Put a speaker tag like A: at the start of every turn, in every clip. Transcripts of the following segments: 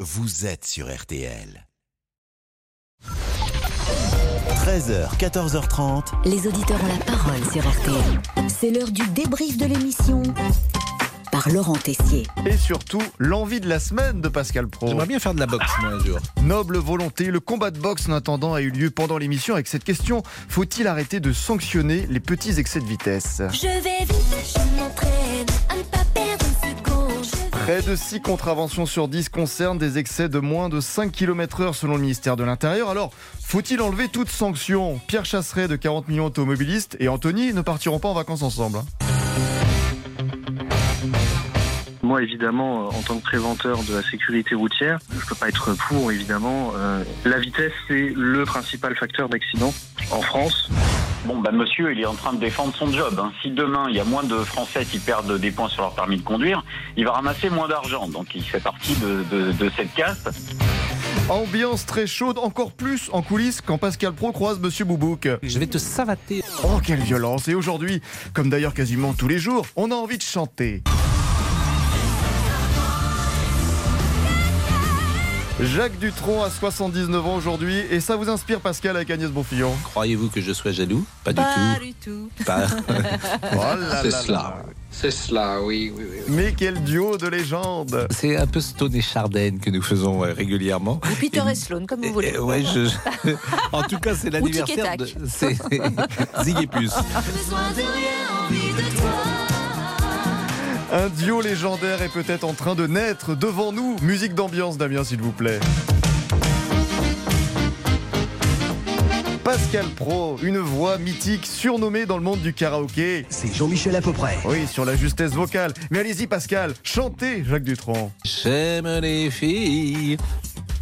A: vous êtes sur RTL. 13h, 14h30.
B: Les auditeurs ont la parole sur RTL. C'est l'heure du débrief de l'émission par Laurent Tessier.
C: Et surtout, l'envie de la semaine de Pascal Pro.
D: J'aimerais bien faire de la boxe, moi, un jour.
C: Noble volonté, le combat de boxe en attendant a eu lieu pendant l'émission avec cette question faut-il arrêter de sanctionner les petits excès de vitesse
E: Je vais vite, je m'entraîne à ne pas perdre une seconde. Je vais-
C: Près de 6 contraventions sur 10 concernent des excès de moins de 5 km/h selon le ministère de l'Intérieur. Alors, faut-il enlever toute sanction Pierre Chasseret de 40 millions automobilistes et Anthony ne partiront pas en vacances ensemble. hein.
F: Moi, évidemment, euh, en tant que préventeur de la sécurité routière, je peux pas être pour, évidemment. Euh, la vitesse, c'est le principal facteur d'accident en France.
G: Bon, bah, monsieur, il est en train de défendre son job. hein. Si demain, il y a moins de Français qui perdent des points sur leur permis de conduire, il va ramasser moins d'argent. Donc, il fait partie de, de- de cette caste.
C: Ambiance très chaude, encore plus en coulisses quand Pascal Pro croise Monsieur Boubouk.
D: Je vais te savater.
C: Oh, quelle violence Et aujourd'hui, comme d'ailleurs quasiment tous les jours, on a envie de chanter. Jacques Dutronc a 79 ans aujourd'hui et ça vous inspire Pascal avec Agnès Bonfillon
D: Croyez-vous que je sois jaloux Pas du
H: Pas
D: tout.
H: du tout.
D: Pas-
C: Oh là
I: C'est
C: là
I: cela.
C: là.
I: C'est cela, oui, oui, oui.
C: Mais quel duo de légende
D: C'est un peu Stone et Chardenne que nous faisons euh, régulièrement.
H: Ou Peter et Sloan, comme vous voulez.
D: Et- et- ouais, je- je- En tout cas, c'est
H: Ou Tic et
D: l'anniversaire
H: Tac.
D: de. C'est Zig et Puce.
E: Besoin de rien, envie de toi.
C: Un duo légendaire est peut-être en train de naître devant nous. Musique d'ambiance Damien s'il vous plaît. Pascal Pro, une voix mythique surnommée dans le monde du karaoké.
J: C'est Jean-Michel à peu près.
C: Oui, sur la justesse vocale. Mais allez-y, Pascal, chantez Jacques Dutronc.
D: J'aime les filles.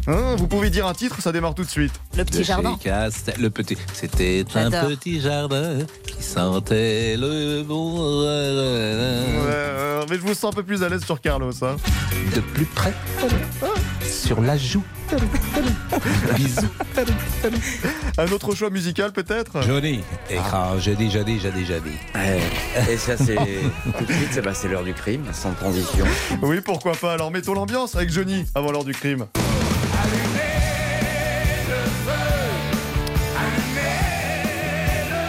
C: Hein, vous pouvez dire un titre, ça démarre tout de suite.
H: Le
D: de
H: petit
D: chez
H: jardin.
D: Castel- le petit. C'était un
H: J'adore.
D: petit jardin qui sentait le bon.
C: Euh, mais je vous sens un peu plus à l'aise sur Carlos. hein.
D: de plus près sur la joue. Bisous.
C: Un autre choix musical, peut-être
D: Johnny. Et quand je dis, je dis, je dis, je dis.
K: Eh, Et ça, c'est tout de suite, c'est bah, c'est l'heure du crime, sans transition.
C: Oui, pourquoi pas. Alors mettons l'ambiance avec Johnny avant l'heure du crime.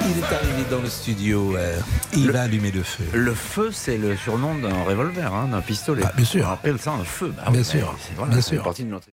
D: Il est arrivé dans le studio. euh, il va allumer le feu.
K: Le feu, c'est le surnom d'un revolver, hein, d'un pistolet.
D: Ah, bien sûr.
K: On appelle ça un feu. Bah
D: Bien
K: oui,
D: sûr,
K: mais c'est- voilà,
D: bien
K: ça fait
D: sûr.
K: partie de notre